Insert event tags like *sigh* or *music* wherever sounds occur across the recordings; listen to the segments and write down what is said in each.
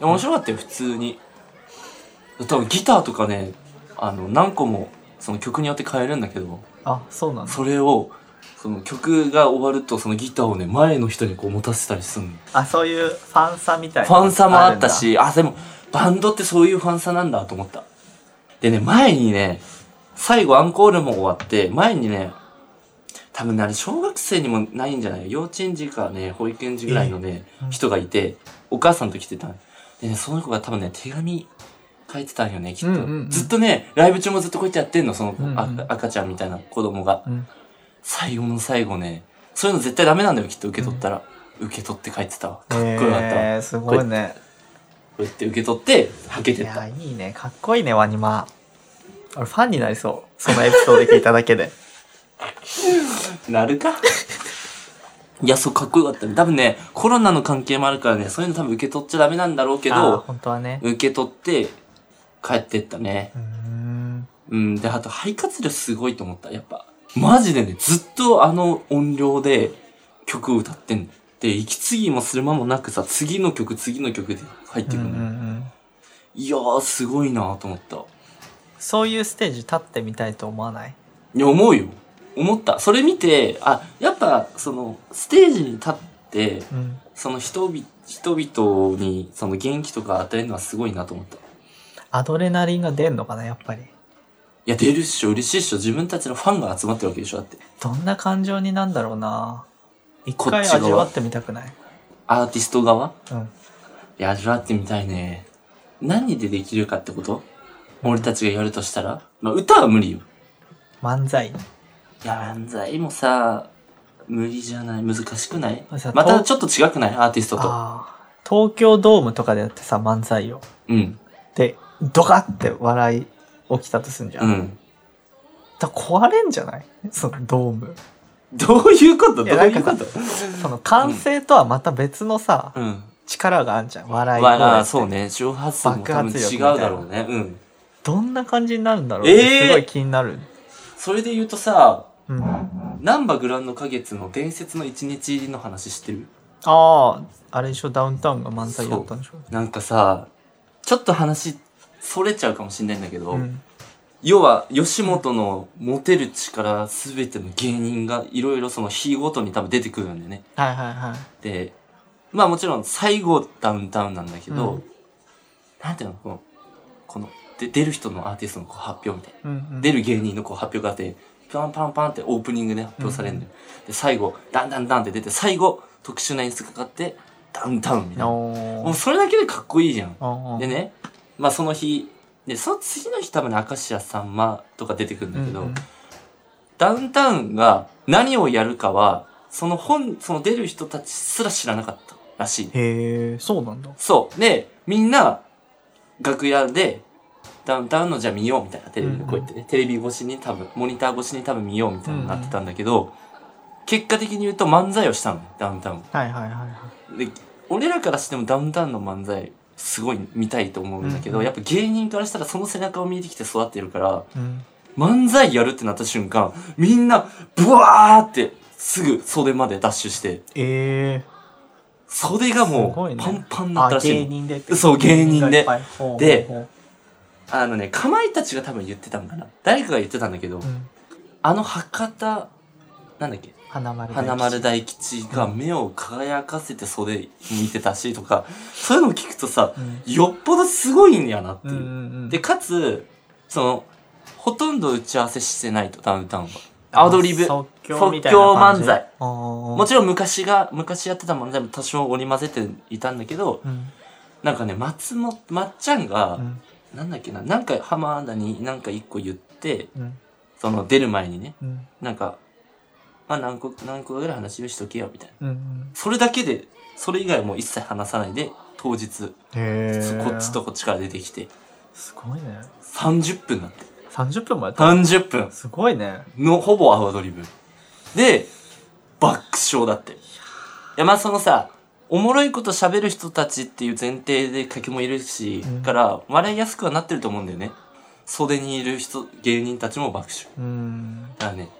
面白かったよ、普通に。多分ギターとかね、あの、何個も、その曲によって変えるんだけど、あそうなんだそれを、その曲が終わると、そのギターをね、前の人にこう持たせたりするの。あそういうファンサみたいなファンサもあるっんだたし、あ、でも、バンドってそういうファンサなんだと思った。でね、前にね、最後アンコールも終わって、前にね、多分ね、あれ小学生にもないんじゃない幼稚園児かね、保育園児ぐらいのね、えうん人がいて、お母さんと来てた。でね、その子が多分ね、手紙書いてたんよね、きっと。うんうんうんずっとね、ライブ中もずっとこうやってやってんの、その子、うんうんあ赤ちゃんみたいな子供が。うん最後の最後ね、そういうの絶対ダメなんだよ、きっと受け取ったら。受け取って書いてたわ。かっこよかったわ。えー、すごいねこうやって受け取って、はけいてっやた。いいねかっこいいねワニマ俺ファンになりそうそのエピソード聞いただけでなるか *laughs* いや、そう、かっこよかったね。多分ね、コロナの関係もあるからね、そういうの多分受け取っちゃダメなんだ *laughs* ろうけあーど、本当はね受け取って、帰ってったね。うーんうん、で、あと、肺活量すごいと思った、やっぱ。マジでね、ずっとあの音量で曲を歌ってんの。で、息継ぎもする間もなくさ、次の曲、次の曲で入ってうくんうるんうの。んいやー、すごいなと思った。そういうステージ立ってみたいと思わないいや、思うよ。思った。それ見て、あ、やっぱ、その、ステージに立って、うんその人々、人々に、その元気とか与えるのはすごいなと思った。いアドレナリンが出んのかなやっぱりや、出るっしょ、嬉しいっしょ、自分たちのファンが集まってるわけでしょ、だって。どんな感情になんだろうな一こっ回ち側味わってみたくないアーティスト側ういんや、味わってみたいね。何でできるかってこと俺たちがやるとしたらまあ、歌は無理よ。漫才いや、漫才もさ、無理じゃない難しくないまあさまたとちょっと違くないアーティストと。あー東京ドームとかでやってさ漫才をうん。でドカって笑い起きたとすんじゃ、うんん。だ壊れんじゃない *laughs* そのドームどういうこといどやういうこなんとその完成とはまた別のさ、うん。力があるじゃん笑い声まあ、そうね。周波数も多分爆発力違みうたいなだろうね。うん。どんな感じになるんだろう、ねえーすごい気になるそれで言うとさ、うんあなんばグランド花月の伝説の一日の話知ってるああれでしょダウンタウンが漫才やったんでしょなんかさ、ちょっと話、それちゃうかもしれないんだけど、うん要は、吉本の持てる力すべての芸人がいろいろその日ごとに多分出てくるんだよね。はいはいはいで、まあもちろん最後ダウンタウンなんだけど、うんなんていうの、この、こので出る人のアーティストのこう発表みたいな。うんうん出る芸人のこう発表があってパンパンパンってオープニングで発表されるのよ、で最後ダンダンダンって出て最後特殊な演出かかってダウンタウンみたいなもおうーそれだけでかっこいいじゃん、おーでねまあその日でその次の日多分ね明石家さんまとか出てくるんだけど、うんうんダウンタウンが何をやるかはその本その出る人たちすら知らなかったらしいへえそうなんだそうでみんな楽屋でダウンタウンのじゃあ見ようみたいなテレビでこうやってね、テレビ越しに多分モニター越しに多分見ようみたいになってたんだけど、結果的に言うと漫才をしたのダウンタウンはいはいはいはいで俺らからしてもダウンタウンの漫才すごい見たいと思うんだけど、うんうんやっぱ芸人からしたらその背中を見えてきて育ってるからうん漫才やるってなった瞬間みんなブワーってすぐ袖までダッシュしてえ袖がすもごいうねパンパンえになっあたらしいの芸人でってそう芸人で芸がいっぱいほうでほうほあのね、かまいたちが多分言ってたんだな。誰かが言ってたんだけど、ううんあの博多、なんだっけ、花丸花丸だ大吉が目を輝かせて袖見てたしとか、そういうのを聞くとさ、うんよっぽどすごいんやなってういんう。うんうんで、かつ、その、ほとんど打ち合わせしてないと、ダウンタウンは。アドリブ。即興みたいな感即興じ漫才あーもちろん昔が、昔やってた漫才も多少織り交ぜていたんだけど、うんなんかね、松本、まっちゃんがう、んなんだっけな、なんか浜田になんか一個言って、うんその出る前にね、うんなんか、まあ何個、何個ぐらい話をしとけよ、みたいな。うんそれだけで、それ以外はもう一切話さないで、当日、へえこっちとこっちから出てきて、すごいね30分だって。 30分もやった30分すごいねのほぼアドリブ。で、爆笑だって。いや、まあそのさ、おもろいこと喋る人たちっていう前提で客もいるし、うんから、笑いやすくはなってると思うんだよね。袖にいる人、芸人たちも爆笑。うんだからね、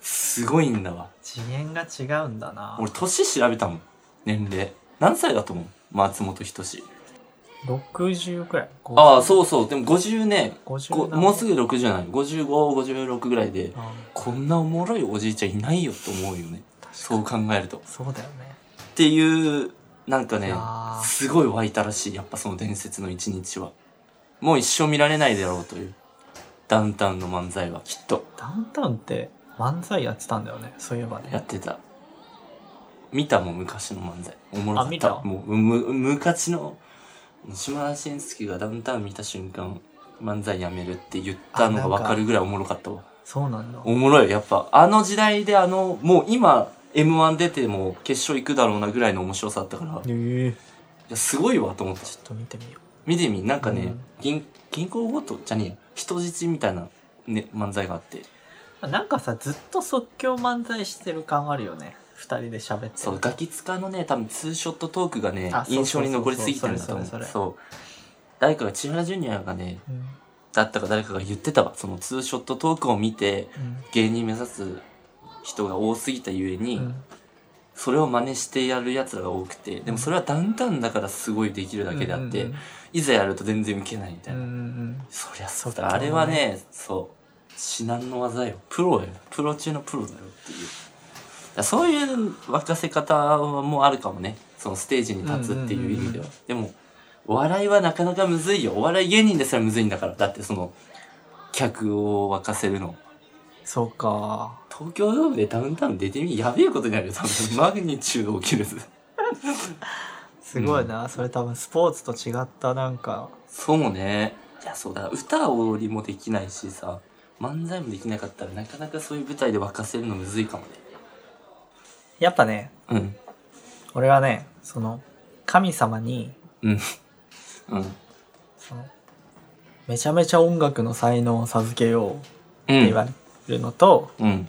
すごいんだわ。次元が違うんだな俺年調べたもん年齢何歳だと思う松本人志60くらい。ああ、う。そうそう。でも50ね、 50こなもうすぐ60じゃない。55、56ぐらいで、あこんなおもろいおじいちゃんいないよと思うよね。そう考えると。っそうだよね。ていう、なんかいねや、ーすごい湧いたらしい。やっぱその伝説の一日は。もう一生見られないだろうという。ダウンタウンの漫才はきっとダウンタウンって漫才やってたんだよね。そういえばやっね。てた。見たもん昔の漫才。おもろかった。あ見たもう、む、昔の、島田紳介がダウンタウン見た瞬間、漫才やめるって言ったのがわかるぐらいおもろかったわ。そうなんだ。おもろい。やっぱ、あの時代であの、もう今、M1 出ても決勝行くだろうなぐらいの面白さだったから、いえー、やすごいわと思って。ちょっと見てみよ見てみ、なんかね、うん銀銀行強盗じゃねえや人質みたいな、ね、漫才があって。う。なんかさ、ずっと即興漫才してる感あるよね。二人で喋って。そう、ガキツカのね、多分ツーショットトークがねあ、そうそ印象うそうそうに残りすぎてるんだと思う。それそれそそう。誰かが、千原ジュニアがね、うん。だったか誰かが言ってたわ。そのツーショットトークを見て、芸人目指す人が多すぎたゆえうに、ん。うん。それを真似してやる奴らが多くて、でもそれはダウンタウンだからすごいできるだけであって、うんいざやると全然ウケないみたういんな。うんうん。そりゃそそううだだ。ねあれはね、そう。至難の技よ。プロよ。プロ中のプロだよっていう。だからそういう沸かせ方はもうあるかもね。そのステージに立つっていう意味では。でも、お笑いはなかなかむずいよ。お笑い芸人ですらむずいんだから。だってその、客を沸かせるの。そうか。東京ドームでダウンタウン出てみ、やべえことになるよ。多分、マグニチュード起きる。すごいな、それ多分スポーツと違ったなんかそうね。いや、そうだ。歌踊りもできないしさ、漫才もできなかったら、なかなかそういう舞台で沸かせるのむずいかもね。やっぱねうん。俺はねその神様にうん。うん。そのめちゃめちゃ音楽の才能を授けようってうん。言われるのと、うん。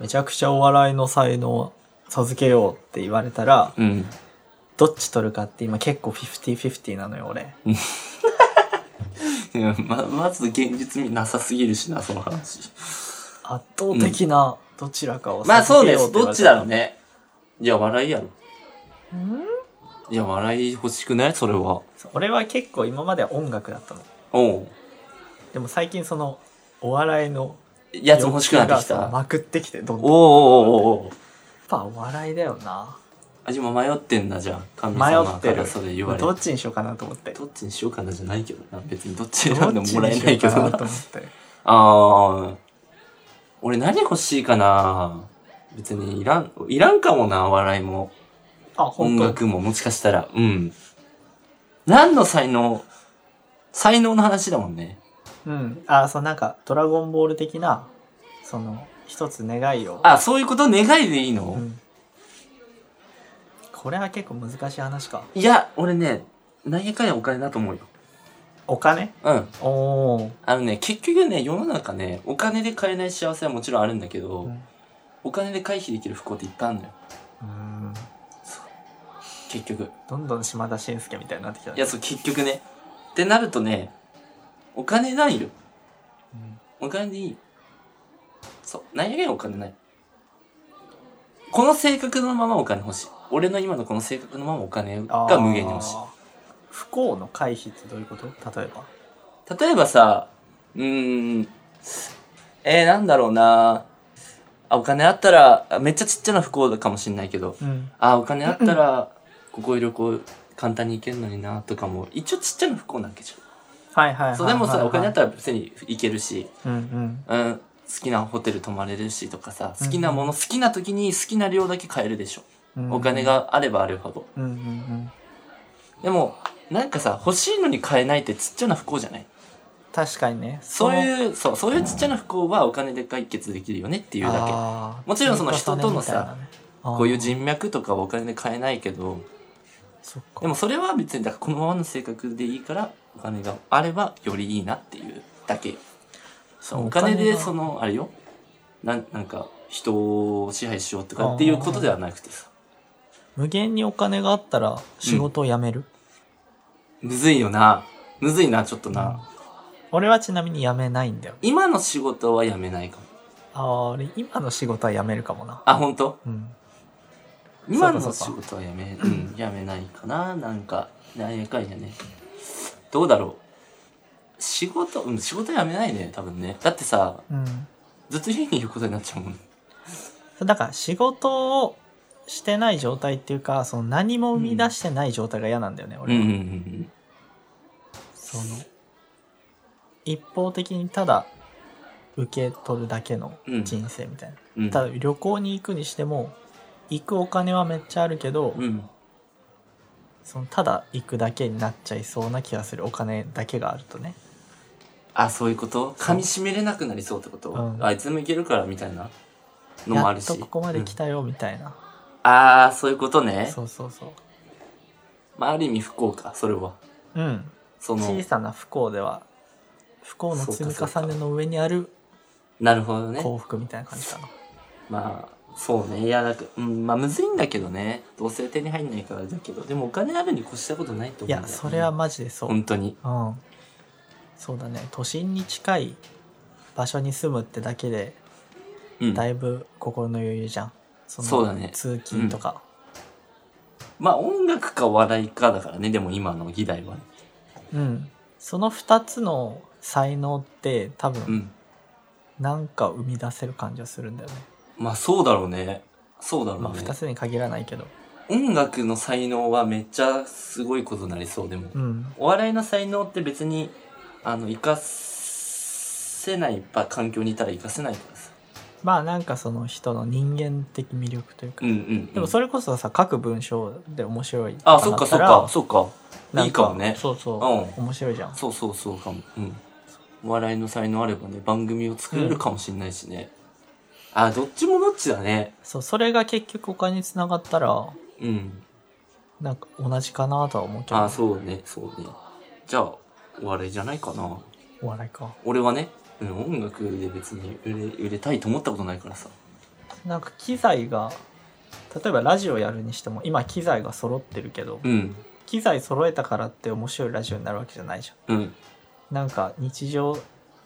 めちゃくちゃお笑いの才能を授けようって言われたらうん。どっち取るかって今結構50-50なのよ俺いやま、まず現実味なさすぎるしな、その話。圧倒的などちらかをまあそうけでよす。て言わどっれちたらだろうね。いや、笑いやろ。いや、笑い欲しくないそれは。そう俺は結構今までは音楽だったのおう。でも最近そのお笑いのやつも欲しくなってき欲求がた。まくってきてどんどおんうおうおうおう。やっぱお笑いだよなあ、でも迷ってんだじゃん。神迷様っかてらるそれ言われどっちにしようかなと思って *laughs* どっちにしようかなじゃないけどな。別にどっち選んでももらえないけどっちにしようどかなな。と思ってああ。俺何欲しいかな別にいらん、いらんかもな、笑いも。あ音本当楽ももしかしたら。うん。何の才能才能の話だもんね。うんあそうなんか「ドラゴンボール」的なその一つ願いをあ、そういうこと願いでいいの、うんこれは結構難しい話かいや、俺ね、何やかんやお金だと思うよ。お金うん。おおあのね、結局ね、世の中ね、お金で買えない幸せはもちろんあるんだけど、うんお金で回避できる不幸っていっぱいあるのよ。うん結局。どんどん島田紳介みたいになってきたねいや、そう、結局ね。ってなるとね、お金ないよ。うんお金でいいよ。そう。何やけんお金ない。この性格のままお金欲しい。俺の今のこの性格のままお金あーが無限に欲し不幸の回避ってどういうこと例えばい。例えばさ、うーん、えー、なんだろうなあ、お金あったら、あめっちゃちっちゃな不幸かもしんないけど、うんあ、お金あったら、ここへ旅行簡単に行けるのになとかも、一応ちっちゃな不幸なわけじゃん。はいはいはいはいはいそうでもさお金あったら別に行けるし、うんうんうん、好きなホテル泊まれるしとかさ好きなもの好きな時に好きな量だけ買えるでしょ、うんお金があればあるほどうんうんうんでもなんかさ欲しいのに買えないってちっちゃな不幸じゃない確かにねそうういうそうそういうちっちゃな不幸はお金で解決できるよねっていうだだもちろんその人とのさけこういう人脈とかはお金で買えないけどそっかでもそれは別にだからこのままの性格でいいからお金があればよりいいなっていうだけよそうお金お金でがそのあれよなんなんか人を支配しようとかっていうことではなくてさ無限にお金があったら仕事を辞める、むずいよなむずいなちょっとな、俺はちなみに辞めないんだよ今の仕事は辞めないかもあー俺今の仕事は辞めるかもなあ本当うん今そうのかそ仕うか事は辞めうん辞めないかななんかなんやかんやねどうだろう。仕事、うん、仕事辞めないね、多分ね。だってさ、うんずっと家にいることになっちゃうもん。だから仕事をしてない状態っていうかその何も生み出してない状態が嫌なんだよね、うん俺うんはうんうん。その一方的にただ受け取るだけの人生みたいな、うんただ旅行に行くにしても行くお金はめっちゃあるけど、うん。そのただ行くだけになっちゃいそうな気がするお金だけがあるとねあ、そういうこと噛み締めれなくなりそうってこと、うんあ、いつでもいけるからみたいなのもやあっるし。とここまで来うんたよみたいな、ああ、そういうことね。そうそうそうまあ、ある意味不幸か、それは。うんその小、さな不幸では不幸の積みそうかそう重かねの上にあるなるほどね。幸福みたいな感じかなまあ、そうね。いや、なんか、うん、まあ、むずいんだけどね。どうせ手に入んないからあれだけど。でも、お金あるに越したことないと思うんいだよねやそれは、マジでそう、うん本当に。そうだね都心に近い場所に住むってだけでうん。だいぶ心の余裕じゃんそのそうだね通勤とか、まあ、音楽か笑いかだからね。でも、今の議題はね。うんその2つの才能って多う分ん。なんか生み出せる感じはするんだよね、まあ、そうだろうね。そうだろうね。まあ2つに限らないけど音楽の才能はめっちゃすごいことになりそうでも、うんお笑いの才能って別にあの活かせないば環境にいたら活かせないからさまあなんかその人の人間的魅力というか、うんうん、うん、でもそれこそさ書く文章で面白いとあそっかそっなかたそっからいいかもねなんそうそう、う面白いじゃんそうそうそうかもうんお笑いの才能あればね番組を作れるかもしれないしね、あどっちもどっちだねそうそれが結局お金につながったらうんなんか同じかなとは思うけどあそうねそうねじゃあお笑いじゃないかなお笑いか俺はねうん音楽で別に売れ売れたいと思ったことないからさなんか機材が例えばラジオやるにしても今機材が揃ってるけど、うん機材揃えたからって面白いラジオになるわけじゃないじうんゃんなんか日常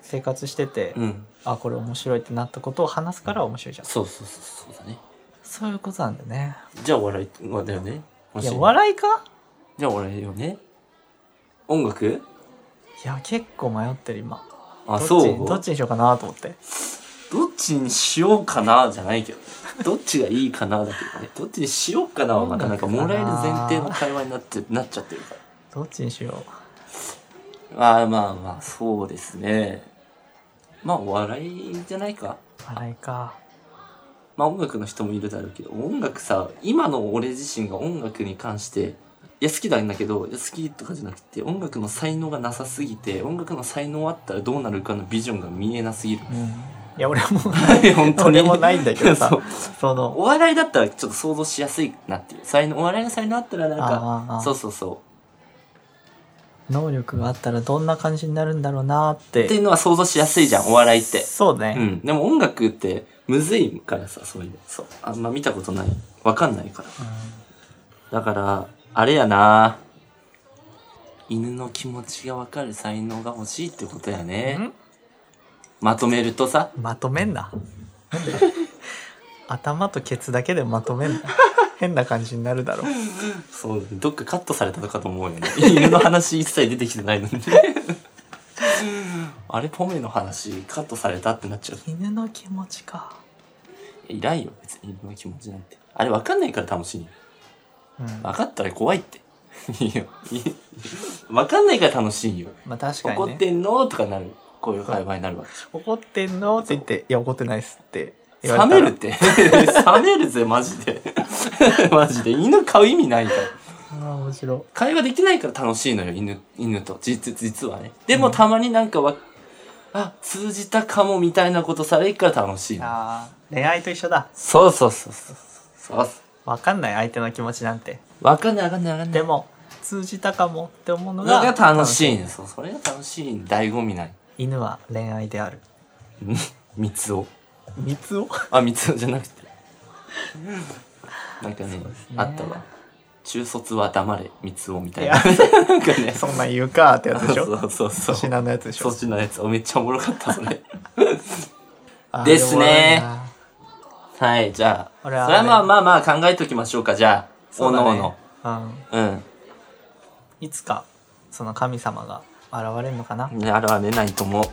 生活してて、うんあこれ面白いってなったことを話すから面白いじゃんそうそうそうそうだねそういうことなんだよねじゃあお笑いはだよねもいしやお笑いかじゃあお笑いよね音楽いや結構迷ってる今あどっちそうどっちにしようかなと思ってどっちにしようかなじゃないけどどっちがいいかなだけどねどっちにしようかなはまたなんか音も楽らえかるな前提の会話になってなっちゃってるかどっちにしよらあーまあまあそうですねまあお笑いじゃないかう笑いかまあ音楽の人もいるだろうけど音楽さ今の俺自身が音楽に関していや好きなんだけどいや好きとかじゃなくて音楽の才能がなさすぎて音楽の才能あったらどうなるかのビジョンが見えなすぎるうんいや俺も *laughs* 本当に俺もないんだけど *laughs* さそうそのお笑いだったらちょっと想像しやすいなっていう才能お笑いの才能あったらなんかああああそうそうそ能力があったらどんな感じになるんだろうなーってうっていうのは想像しやすいじゃんお笑いってそううね、んでも音楽ってむずいからさそういうのそうあんま見たことないわかんないからだから、あれやな犬の気持ちがわかる才能が欲しいってことやね。まとめるとさ、うんまとめんな *laughs* 頭とケツだけでまとめんな変な感じになるだろうそう、どっかカットされたのかと思うよね。 *laughs* 犬の話一切出てきてないのに。 *laughs* あれ、ポメの話カットされたってなっちゃう。犬の気持ちかいらんよ、別に犬の気持ちなんて。あれ、わかんないから楽しい。うんわかったら怖いって。 *laughs* いいよ。いいわかんないから楽しいよ。まあ確か怒っにねてんのとかなる。こういう会話になるわけじゃん怒ってんのって言って「いや怒ってないっす」って言わ冷れたらめるって。 *laughs* 冷めるぜ、マジで。 *laughs* マジで。犬飼う意味ないから。あー面白い会話できないから楽しいのよ、犬、犬と。実、実はね。でもたまになんかわ、あ、通じたかもみたいなことされるから楽しいの。あー恋愛と一緒だそうそうそうそう。そうそう。分かんない相手の気持ちなんてわかんないわかんないわかんない。でも通じたかもって思うのそれがが楽しいの。そう、それが楽しいの。醍醐味ない。犬は恋愛であるうん三つを。三つをあ、三つをじゃなくて。なんかね、すねあったわ。中卒は黙れ、三つをみたいいな。や *laughs* なんかね。そんなん言うかってやつでし *laughs* ょそうそうそう。粗品のやつでし粗ょ品のやつおめっちゃおもろかったそ *laughs* れあーですねでもなはいじゃあそれ俺ははまあまあまあ考えときましょうかじゃあそおうだのねおのうんうんいつかその神様が現れるのかな、ね、現れないと思う。